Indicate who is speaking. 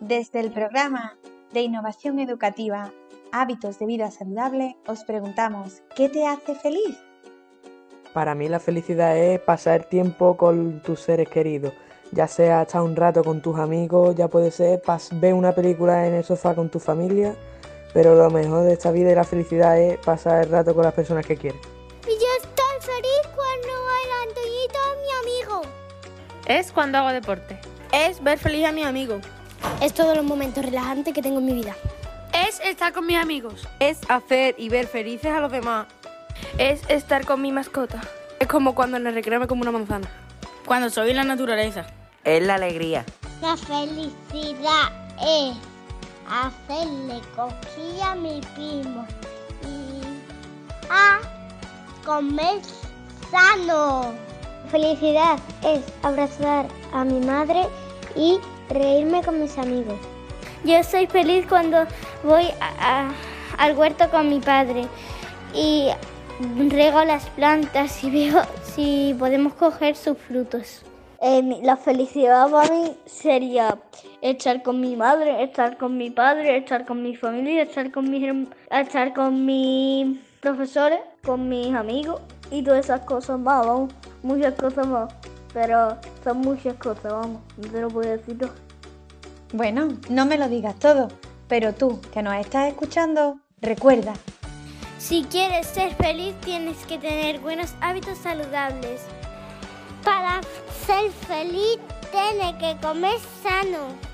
Speaker 1: Desde el programa de innovación educativa Hábitos de Vida Saludable os preguntamos, ¿qué te hace feliz?
Speaker 2: Para mí la felicidad es pasar tiempo con tus seres queridos, ya sea estar un rato con tus amigos, ya puede ser pas- ver una película en el sofá con tu familia, pero lo mejor de esta vida y la felicidad es pasar el rato con las personas que quieres.
Speaker 3: Y yo estoy feliz cuando el Antoñito es mi amigo.
Speaker 4: Es cuando hago deporte.
Speaker 5: Es ver feliz a mi amigo.
Speaker 3: Es todos los momentos relajantes que tengo en mi vida.
Speaker 6: Es estar con mis amigos.
Speaker 7: Es hacer y ver felices a los demás.
Speaker 5: Es estar con mi mascota. Es como cuando en el recreo me como una manzana. Cuando soy la naturaleza.
Speaker 8: Es la alegría.
Speaker 3: La felicidad es hacerle coquilla a mi primo y a comer sano. Felicidad es abrazar a mi madre y reírme con mis amigos. Yo soy feliz cuando voy a- a- al huerto con mi padre y rego las plantas y veo si podemos coger sus frutos. Eh, la felicidad para mí sería estar con mi madre, estar con mi padre, estar con mi familia, estar con mis, herm- estar con mis profesores, con mis amigos y todas esas cosas más, vamos, muchas cosas más. Pero son muchas cosas, vamos, no te lo puedo decir todo.
Speaker 1: Bueno, no me lo digas todo, pero tú que nos estás escuchando, recuerda,
Speaker 3: Si quieres ser feliz tienes que tener buenos hábitos saludables. Para ser feliz tienes que comer sano.